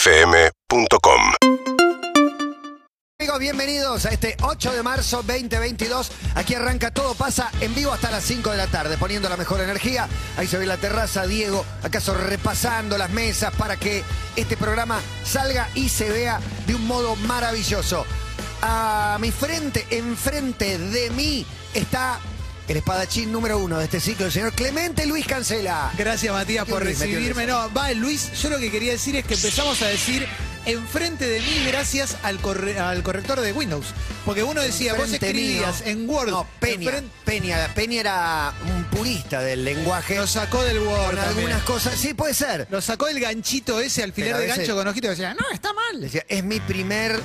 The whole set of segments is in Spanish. UrbanaPlayFM.com Amigos, bienvenidos a este 8 de marzo 2022. Aquí arranca Todo Pasa en vivo hasta las 5 de la tarde, poniendo la mejor energía. Ahí se ve la terraza, Diego, acaso repasando las mesas para que este programa salga y se vea de un modo maravilloso. A mi frente, enfrente de mí, está el espadachín número uno de este ciclo, el señor Clemente Luis Cancela. Gracias Matías por Metió risa, recibirme. No, va Luis, yo lo que quería decir es que empezamos a decir enfrente de mí gracias al, corre- al corrector de Windows. Porque uno decía, vos Frente escribías mío. en Word. No, Peña, enfren- Peña. Peña era un purista del lenguaje. Lo sacó del Word. con también. algunas cosas. Sí, puede ser. Lo sacó el ganchito ese, alfiler Pero a de veces- gancho con ojito, que decía, no, está Le mal. decía, es mi primer.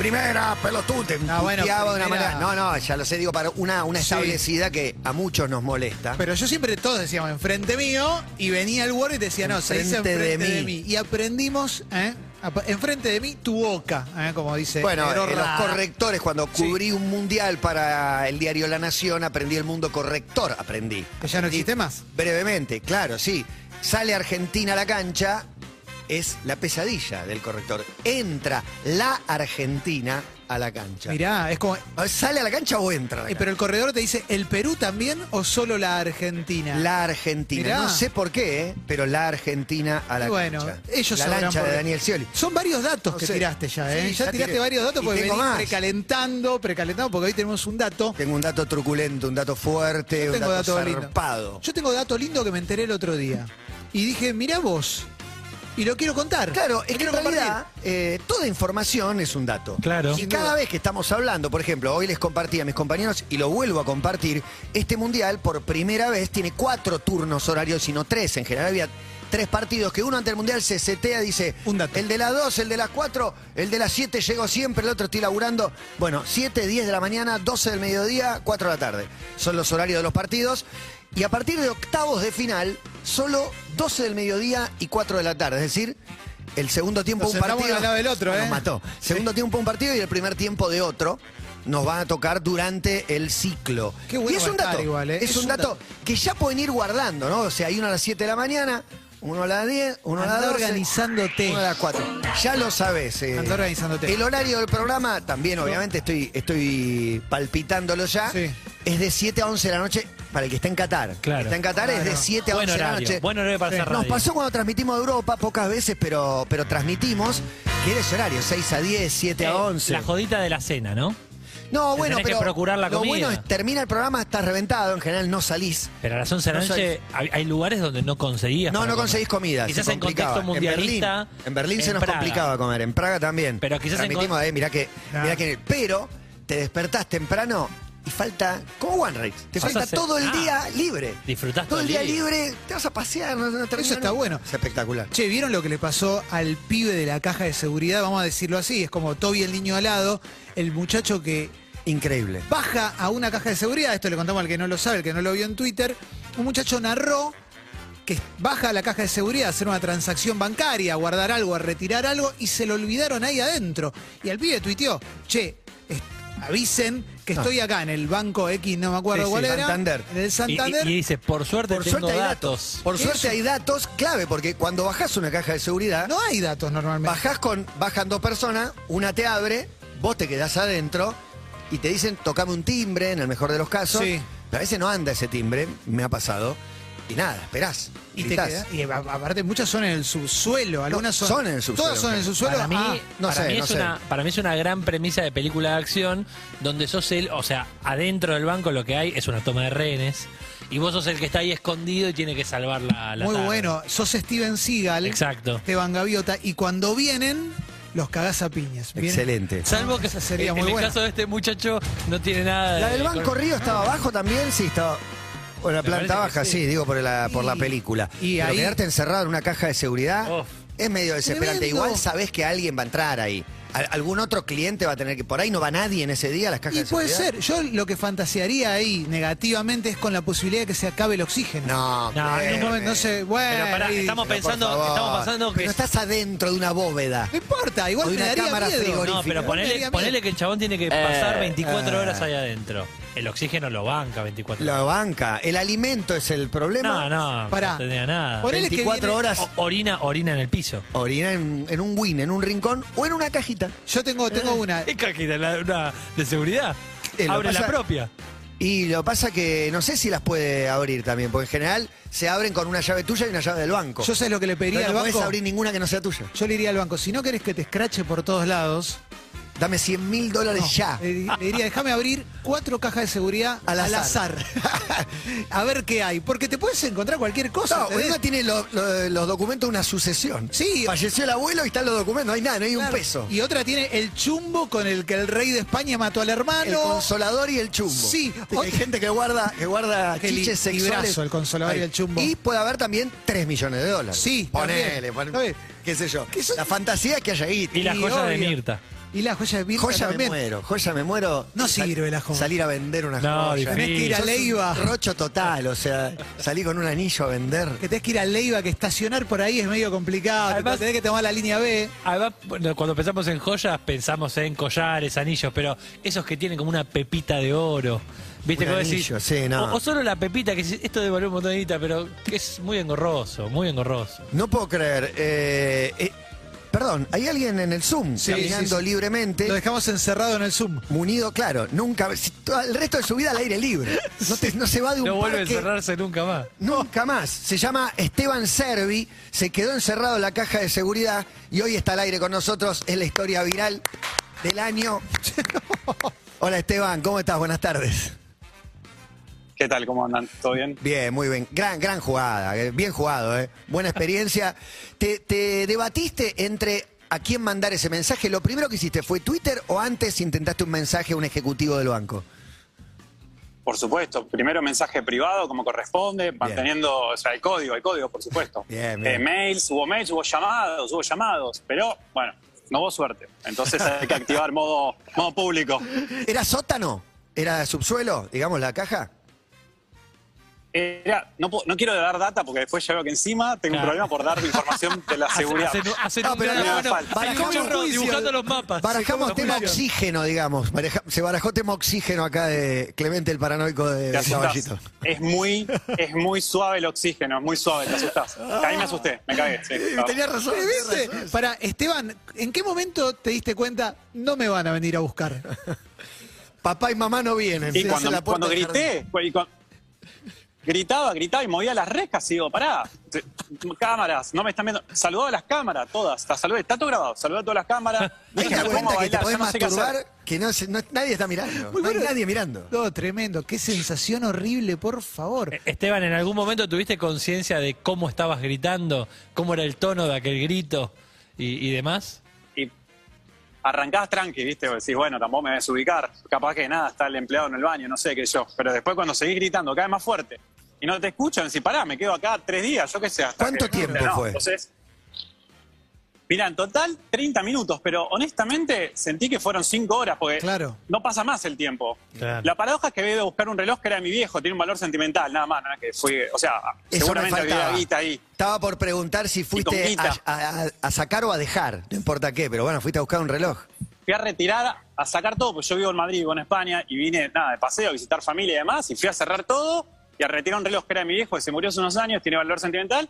Primera pelotudo. Te Ah, bueno, puteaba de una primera- manera. No, no, ya lo sé, digo, para una, una Sí. establecida que a muchos nos molesta. Pero yo siempre todos decíamos enfrente mío y venía el Word y decía, no, se dice Enfrente enfrente de de mí. mí. Y aprendimos, ¿eh? Ap- enfrente de mí tu boca, ¿eh? como dice. bueno, eh, los Erorra. correctores, cuando Sí. cubrí un mundial para el diario La Nación, aprendí el mundo corrector, aprendí. Que ya no existe más. Brevemente, claro, sí. Sale Argentina a la cancha, es la pesadilla del corrector. Entra la Argentina a la cancha. Mirá, es como ¿Sale a la cancha o entra? a la Eh, cancha? pero el corredor te dice, ¿el Perú también o solo la Argentina? La Argentina. Mirá. No sé por qué, ¿eh? pero la Argentina a la Y bueno, cancha. ellos La sabrán lancha por de qué. Daniel Scioli. Son varios datos No que sé. tiraste ya, Sí, ¿eh? ya, ya tiraste tiré. varios datos Y porque tengo venís más. precalentando, precalentando, porque hoy tenemos un dato. Tengo un dato truculento, un dato fuerte, Yo un tengo dato, dato lindo. zarpado. Yo tengo dato lindo que me enteré el otro día. Y dije, mirá vos. Y lo quiero contar. Claro, Lo es que quiero en realidad eh, toda información es un dato. Claro. Y Sin cada duda. vez que estamos hablando, por ejemplo, hoy les compartí a mis compañeros y lo vuelvo a compartir, este mundial por primera vez tiene cuatro turnos horarios, sino tres. En general había tres partidos que uno ante el mundial se setea, dice, Un dato. el de las dos, el de las cuatro, el de las siete llego siempre, el otro estoy laburando. Bueno, siete, diez de la mañana, doce del mediodía, cuatro de la tarde. Son los horarios de los partidos. Y a partir de octavos de final, solo 12 del mediodía y 4 de la tarde. Es decir, el segundo tiempo Nos un sentamos partido. al lado del otro, Nos ¿eh? mató. Segundo tiempo un partido y el primer tiempo de otro. Nos van a tocar durante el ciclo. Qué bueno y es va a un estar dato. igual, ¿eh? Es, un dato, que ya pueden ir guardando, ¿no? O sea, hay uno a las 7 de la mañana, uno a las 10, uno a las Andá 12. organizándote. Uno a las 4. Ya lo sabes. eh. Andá organizándote. El horario del programa también, obviamente, estoy, estoy palpitándolo ya. Sí. Es de 7 a 11 de la noche para el que está en Qatar. Claro. Está en Qatar es de Claro. 7 a Buen 11 de la horario, noche. buen horario para hacer Nos radio. pasó cuando transmitimos de Europa, pocas veces, pero, pero transmitimos, que era ese horario, 6 a 10, 7 Eh, a 11. La jodita de la cena, ¿no? no, te bueno, tenés que pero procurar la lo comida. bueno es termina el programa, estás reventado, en general no salís. Pero a las 11 de la No noche hay, hay lugares donde no conseguías. No, para no comer. conseguís comida. Quizás se en complicaba. contexto mundialista. En Berlín, en Berlín se en nos Praga. complicaba comer, en Praga también. Pero quizás en Transmitimos, con- eh, mirá que, Nah. mirá que- Pero te despertás temprano y falta, como One Race, te Vas a falta hacer- todo el Ah. día libre. Disfrutás todo el día día. libre, te vas a pasear, no, no termina Eso está nunca. bueno. Es espectacular. Che, ¿vieron lo que le pasó al pibe de la caja de seguridad? Vamos a decirlo así, es como Toby el niño alado, el muchacho que Increíble. baja a una caja de seguridad, esto le contamos al que no lo sabe, el que no lo vio en Twitter, un muchacho narró que baja a la caja de seguridad a hacer una transacción bancaria, a guardar algo, a retirar algo, y se lo olvidaron ahí adentro. Y al pibe tuiteó, che, es- avisen que Ah. estoy acá en el banco X, no me acuerdo Sí, sí, cuál era. Santander. En el Y, Santander. y- y dice, por suerte Por tengo suerte hay datos. datos. Por suerte hay datos clave, porque cuando bajás una caja de seguridad, no hay datos normalmente. bajás con, bajan dos personas, una te abre, vos te quedás adentro y te dicen, tocame un timbre, en el mejor de los casos. Sí. Pero a veces no anda ese timbre, me ha pasado. Y nada, esperás. Y, te gritás. queda- y a- aparte, muchas son en el subsuelo. Algunas son, son en el subsuelo, Todas son en el creo. subsuelo. para mí, Ah, no para sé, mí no es sé. Una, para mí es una gran premisa de película de acción donde sos el, o sea, adentro del banco lo que hay es una toma de rehenes y vos sos el que está ahí escondido y tiene que salvar la, la Muy tarde. bueno, sos Steven Seagal. Exacto. Esteban Gaviota. Y cuando vienen, los cagás a piñas. ¿bien? Excelente. Salvo que Esa sería en, muy en el buena. caso de este muchacho no tiene nada de- La del Banco Río estaba abajo también, sí, estaba. O la Me parece planta que baja, sí. sí. digo, por la, por la Y- película. y Pero ahí- quedarte encerrado en una caja de seguridad Uf. es medio desesperante. Tremendo. Igual sabés que alguien va a entrar ahí. Al- algún otro cliente va a tener que. Por ahí no va nadie en ese día a las cajas Y de puede seguridad. ser, yo lo que fantasearía ahí negativamente es con la posibilidad de que se acabe el oxígeno. No, No, Clemente. en un momento, no sé, bueno, Pero pará, y- estamos Pero por pensando, favor. estamos pasando que Pero estás adentro de una bóveda. No importa, igual O de me una daría cámara miedo. frigorífica. No, pero Me daría ponele, Eh, miedo. ponele que el chabón tiene que pasar 24 horas ahí adentro. El oxígeno lo banca 24 La banca, el alimento es el problema. No, no, Pará. no tenía nada. Ponele que 24 viene- horas O- orina, orina en el piso. orina en, en un win, en un rincón o en una cajita. Yo tengo, tengo una. ¿Qué cajita? ¿La- una de seguridad? Eh, lo Abre la pasa- propia. Y lo pasa que no sé si las puede abrir también, porque en general se abren con una llave tuya y una llave del banco. Yo sé lo que le Pero pediría no al podés banco. abrir ninguna que no sea tuya. Yo le diría al banco, si no querés que te escrache por todos lados, Dame 100 mil dólares no, ya. Le, di- le diría, déjame abrir cuatro cajas de seguridad Ah. eh, Al al azar. azar. a ver qué hay. Porque te puedes encontrar cualquier cosa. No, ¿entendés? uno tiene lo- lo- los documentos una sucesión. Sí. Falleció el abuelo y están los documentos, no hay nada, no hay Claro. un peso. Y otra tiene el chumbo con el que el rey de España mató al el hermano. consolador y el chumbo. Sí. Hay gente que guarda, que guarda Qué li- chiches sexuales. librazo, el consolador y el chumbo. Y puede haber también 3 millones de dólares. Sí, Ponele, también. ponele. Está bien. Qué sé yo. ¿Qué son- La fantasía es que haya ido. Y la Y joya de obvio. Mirta. Y la joya de Mirta Joya me también. muero, joya me muero. No Sal- sirve la joya. Salir a vender una No, joya. difícil. Tenés que ir a Sos un Leiva. Rocho total, o sea, salir con un anillo a vender. Que tenés que ir a Leiva, que estacionar por ahí es medio complicado. Además- tenés que tomar la línea B. Además, bueno, cuando pensamos en joyas, pensamos en collares, anillos, pero esos que tienen como una pepita de oro. ¿Viste Un cómo anillo, decís? sí, no. o, o solo la pepita, que decís, esto de un montón de guita, pero que es muy engorroso, muy engorroso. No puedo creer. eh, eh, perdón, hay alguien en el Zoom Sí, caminando sí, sí. libremente. Lo dejamos encerrado en el Zoom. Munido, claro, nunca. si todo el resto de su vida al aire libre. No, te- no se va de un No vuelve a parque encerrarse nunca más. Nunca más. Se llama Esteban Servi, se quedó encerrado en la caja de seguridad y hoy está al aire con nosotros. Es la historia viral del año. Hola Esteban, ¿cómo estás? Buenas tardes. ¿Qué tal? ¿Cómo andan? ¿Todo bien? Bien, muy bien. Gran, gran jugada, eh. bien jugado, ¿eh? Buena experiencia. Te, te debatiste entre a quién mandar ese mensaje. ¿Lo primero que hiciste fue Twitter o antes intentaste un mensaje a un ejecutivo del banco? Por supuesto. Primero mensaje privado, como corresponde, manteniendo o sea, el código, el código, por supuesto. Bien, bien. Eh, mails, hubo mails, hubo llamados, hubo llamados, pero bueno, no hubo suerte. Entonces hay que activar modo, modo público. ¿Era sótano? ¿Era subsuelo, digamos, la caja? Era, no, puedo- no quiero dar data porque después ya veo que encima tengo un Claro. problema por dar información de la seguridad. Hacen, hacen No, un pero drama, no, no, Se barajamos comen un ro- juicio. dibujando los mapas. Barajamos Se comen tema un juicio. oxígeno, digamos. Baraja- se barajó tema oxígeno acá de Clemente el paranoico de, Te de asustás. Caballito. Es muy, es muy suave el oxígeno, es muy suave, te asustás. Ahí me asusté, me cagué. sí. Tenías razón, tenías ¿Viste? razón. Para Esteban, ¿en qué momento te diste cuenta no me van a venir a buscar? Papá y mamá no vienen. Se Y hace cuando, la puerta cuando del grité, cu- y cu- gritaba, gritaba y movía las rejas y digo, pará, te- cámaras, no me están viendo. Saludaba a las cámaras, todas, las saludé, está todo grabado, saludé a todas las cámaras. ¿Te Dije, das me cuenta pongo a que te bailar, podés ya no sé qué hacer. masturbar? Que no, se- no- nadie está mirando. Muy no hay bueno. nadie mirando. No, tremendo. Qué sensación horrible, por favor. Eh, Esteban, ¿en algún momento tuviste conciencia de cómo estabas gritando? ¿Cómo era el tono de aquel grito y, y demás? Y arrancás tranqui, ¿viste? O decís, bueno, tampoco me voy a desubicar. Capaz que nada, está el empleado en el baño, no sé qué yo. Pero después cuando seguís gritando, cada vez más fuerte. Y no te escuchan, decís, pará, me quedo acá tres días, yo qué sé. hasta ¿Cuánto que- tiempo no, fue? Entonces, mira, en total 30 minutos, pero honestamente sentí que fueron cinco horas porque Claro. no pasa más el tiempo. Claro. La paradoja es que había ido a buscar un reloj que era de mi viejo, tiene un valor sentimental, nada más, nada que fui, o sea, Eso me seguramente había faltaba. guita ahí. Estaba por preguntar si fuiste con a, guita. a- a- a sacar o a dejar. No importa qué, pero bueno, fuiste a buscar un reloj. fui a retirar, a sacar todo, porque yo vivo en Madrid, vivo en España, y vine nada, de paseo, a visitar familia y demás, y fui a cerrar todo y a retirar un reloj que era de mi viejo, que se murió hace unos años, tiene valor sentimental,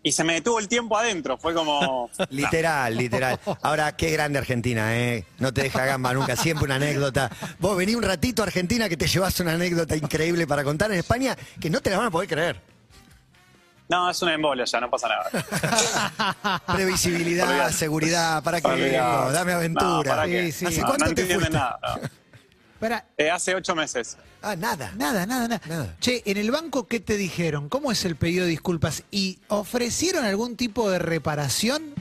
y se me detuvo el tiempo adentro. Fue como. Literal, literal. Ahora, qué grande Argentina, ¿eh? No te deja gamba nunca, siempre una anécdota. Vos vení un ratito a Argentina que te llevas una anécdota increíble para contar en España que no te la van a poder creer. No, es una embolia ya, no pasa nada. Previsibilidad, Olvidate. seguridad, para qué, Olvidate. No, dame No, aventura. ¿para qué? Sí, sí. ¿Hace No, cuánto no te entienden fuiste? nada. no. Para, Eh, hace ocho meses. Ah, nada. nada, nada, nada, Nada. Che, en el banco, ¿qué te dijeron? ¿Cómo es el pedido de disculpas? ¿Y ofrecieron algún tipo de reparación?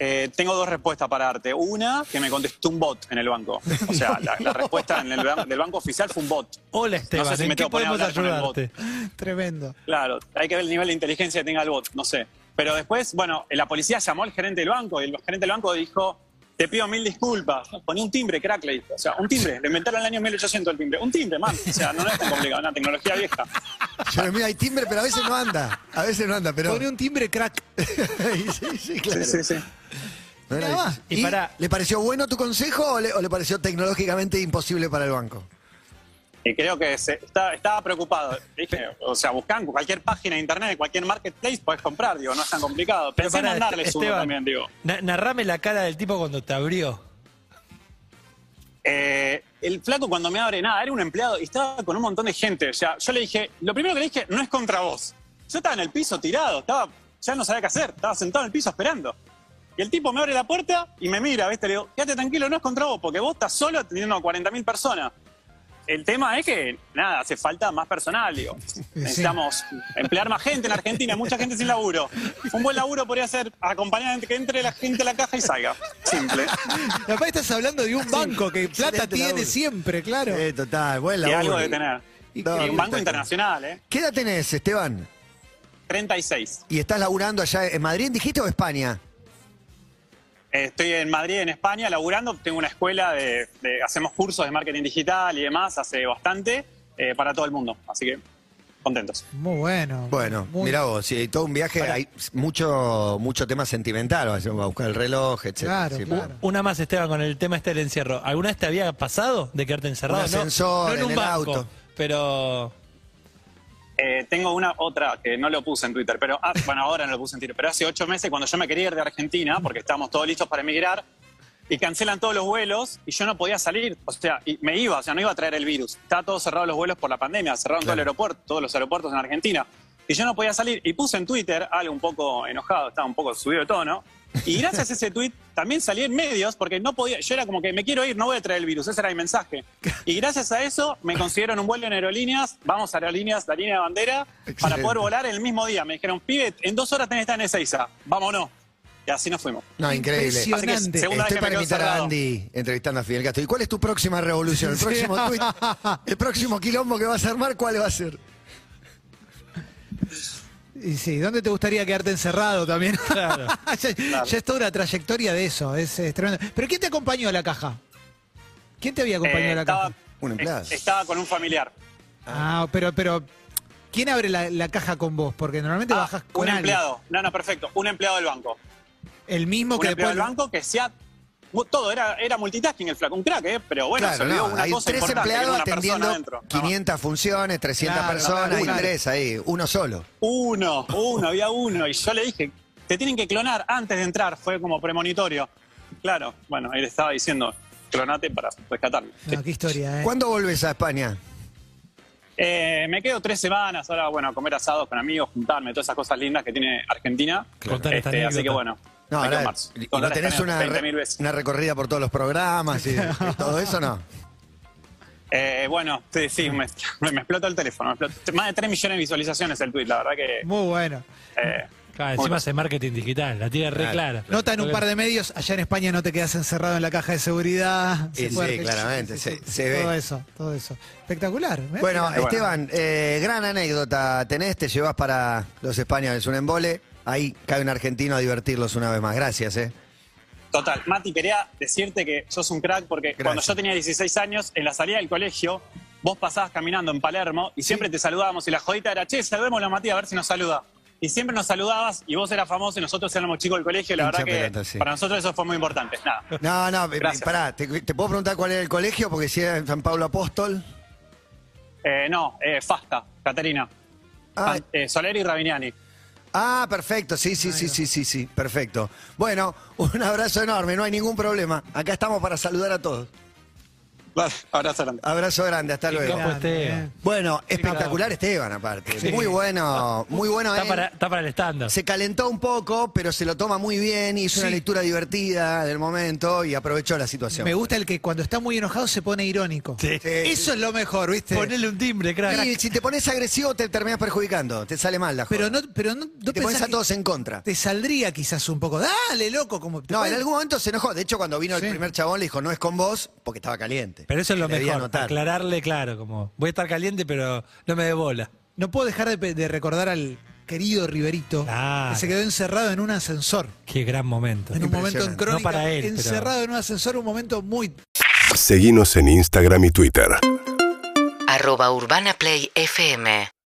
Eh, tengo dos respuestas para darte. Una, que me contestó un bot en el banco. O sea, la, la respuesta en el ban- del banco oficial fue un bot. Hola, Esteban, si ¿en me qué tengo que poner a podemos hablar con el bot. ayudarte? Tremendo. Claro, hay que ver el nivel de inteligencia que tenga el bot, no sé. Pero después, bueno, eh, la policía llamó al gerente del banco y el gerente del banco dijo, te pido mil disculpas. Ponía un timbre, crack, le dijo. O sea, un timbre. Lo inventaron en el año 1800 el timbre. Un timbre, man. O sea, no, no es tan complicado, una tecnología vieja. Pero mira, hay timbre, pero a veces no anda. A veces no anda, pero. Pone un timbre crack. sí, sí, claro. Sí, sí, sí. No era Mirá difícil. más. Y pará. ¿Le pareció bueno tu consejo o le, o le pareció tecnológicamente imposible para el banco? Y creo que se- está- estaba preocupado. Le dije, o sea, buscan cualquier página de internet, cualquier marketplace, podés comprar, digo, no es tan complicado. Pensé en pará, mandarles uno Esteban, también, digo. na- narrame la cara del tipo cuando te abrió. Eh, el flaco cuando me abre, nada, era un empleado y estaba con un montón de gente. O sea, yo le dije, lo primero que le dije, no es contra vos. Yo estaba en el piso tirado, estaba, ya no sabía qué hacer, estaba sentado en el piso esperando. Y el tipo me abre la puerta y me mira, ¿viste? Le digo, quédate tranquilo, no es contra vos, porque vos estás solo atendiendo a 40.000 personas. El tema es que, nada, hace falta más personal, digo. Necesitamos emplear más gente en Argentina, mucha gente sin laburo. Un buen laburo podría ser acompañar a que entre la gente a la caja y salga. Simple. Y Aparte estás hablando de un banco que plata excelente tiene laburo. siempre, claro. Eh, total, buena. Y algo de tener. Y- Y un banco perfecto. internacional, ¿eh? ¿Qué edad tenés, Esteban? 36. ¿Y estás laburando allá en Madrid, dijiste, o España? Eh, Estoy en Madrid, en España, laburando. Tengo una escuela de, de- hacemos cursos de marketing digital y demás hace bastante eh, para todo el mundo. Así que contentos. Muy bueno. Bueno, Muy- mirá vos, sí, todo un viaje, hay mucho, mucho tema sentimental, vas a buscar el reloj, etc. Claro, claro. Una más, Esteban, con el tema este del encierro. ¿Alguna vez te había pasado de quedarte encerrado? Un No, ascensor, no, en en un el banco, auto. Pero Eh, tengo una otra que no lo puse en Twitter, pero ah, bueno, ahora no lo puse en Twitter, pero hace ocho meses cuando yo me quería ir de Argentina, porque estábamos todos listos para emigrar, y cancelan todos los vuelos y yo no podía salir, o sea, y me iba, o sea, no iba a traer el virus. Estaba todo cerrado los vuelos por la pandemia, cerraron todo el aeropuerto, todos los aeropuertos en Argentina, y yo no podía salir. Y puse en Twitter algo un poco enojado, estaba un poco subido de tono. Y gracias a ese tweet también salí en medios porque no podía, yo era como que me quiero ir, no voy a traer el virus, ese era mi mensaje. Y gracias a eso me consiguieron un vuelo en aerolíneas, vamos a aerolíneas, la línea de bandera, para Excelente. poder volar el mismo día. Me dijeron, pibe, en dos horas tenés que estar en Ezeiza, vámonos. Y así nos fuimos. No, increíble. Así que Impresionante. segunda vez Estoy que me para quedo Eh, invitar a encerrado. Andy entrevistando a Fidel Castro. ¿Y cuál es tu próxima revolución? El próximo tuit, el próximo quilombo que vas a armar, ¿cuál va a ser? Y sí, ¿dónde te gustaría quedarte encerrado también? Claro. ya, ya es toda una trayectoria de eso, es, es tremendo. ¿Pero quién te acompañó a la caja? ¿Quién te había acompañado Eh, a la estaba, caja? Un empleado. eh, estaba con un familiar. Ah, pero, pero, ¿quién abre la, la caja con vos? Porque normalmente Ah, bajas con un alguien. empleado. No, no, perfecto. Un empleado del banco. El mismo un que empleado después. del banco que sea. mu- Todo, era, era multitasking el flaco, un crack, ¿eh? Pero bueno, se claro, olvidó no, una hay cosa tres importante, era empleados una persona atendiendo adentro. Nada más. 500 funciones, 300 Claro, personas, claro, hay claro. tres ahí, uno solo. Uno, uno, había uno. Y yo le dije, te tienen que clonar antes de entrar. Fue como premonitorio. Claro, bueno, él estaba diciendo, clonate para rescatarme. No, qué historia, ¿eh? ¿Cuándo volvés a España? Eh, me quedo tres semanas ahora, bueno, a comer asados con amigos, juntarme, todas esas cosas lindas que tiene Argentina. Contar esta Este, así anécdota. que bueno. No, me quedo en ahora, marzo. y- y Contar no esta tenés una, anécdota 20.000 re- veces. una recorrida por todos los programas y, y todo eso, ¿no? Eh, bueno, sí, sí, me, me explota el teléfono. me explota. Más de 3 millones de visualizaciones el tweet, la verdad que. Muy bueno. eh, claro, ah, encima hace marketing digital, la tiene re clara. Nota en un Porque- par de medios, allá en España no te quedas encerrado en la caja de seguridad. Sí, sí, puede- claramente, se- se ve. Todo eso, todo eso. Espectacular. ¿eh? Bueno, bueno. Esteban, eh, gran anécdota tenés, te llevas para los españoles un embole. Ahí cae un argentino a divertirlos una vez más. Gracias, ¿eh? total. Mati, quería decirte que sos un crack porque cuando yo tenía 16 años, en la salida del colegio, vos pasabas caminando en Palermo y siempre te saludábamos y la jodita era, che, saludémoslo a Matías a ver si nos saluda. Y siempre nos saludabas y vos eras famoso y nosotros éramos chicos del colegio. y La Hincha verdad que pelota, sí. para nosotros eso fue muy importante. Nada. No, no, eh, Gracias. pará, ¿te, te puedo preguntar cuál era el colegio? Porque si era en San Pablo Apóstol. Eh, no, eh, Fasta, Caterina. Ah, Fan- eh, Soleri y Rabiniani. ah, perfecto, sí, sí, sí, sí, sí, sí, perfecto. Bueno, un abrazo enorme, no hay ningún problema. Acá estamos para saludar a todos. Abrazo grande. Abrazo grande, hasta luego. Capo Esteban. eh. Bueno, espectacular Esteban aparte. Muy bueno, muy bueno. Está él. para, está para el estándar. Se calentó un poco, pero se lo toma muy bien, hizo una Sí. lectura divertida del momento y aprovechó la situación. Me gusta el que cuando está muy enojado se pone irónico. Sí. Eso es lo mejor, ¿viste? Ponele un timbre, crack. Y si te pones agresivo te terminas perjudicando, te sale mal la Pero joda. no, pero no, no te pensás pones a que todos en contra. Te saldría quizás un poco. Dale, loco, como te No, en puede- algún momento se enojó. De hecho, cuando vino Sí. el primer chabón le dijo, no es con vos, porque estaba caliente. Pero eso es lo Le debía mejor, notar. aclararle, claro, como voy a estar caliente, pero no me dé bola. No puedo dejar de, pe- de recordar al querido Riverito Claro. que se quedó encerrado en un ascensor. Qué gran momento. En un momento en Impresionante. crónica, No para él, pero- encerrado en un ascensor, un momento muy Seguinos en Instagram y Twitter. arroba urbanaplayfm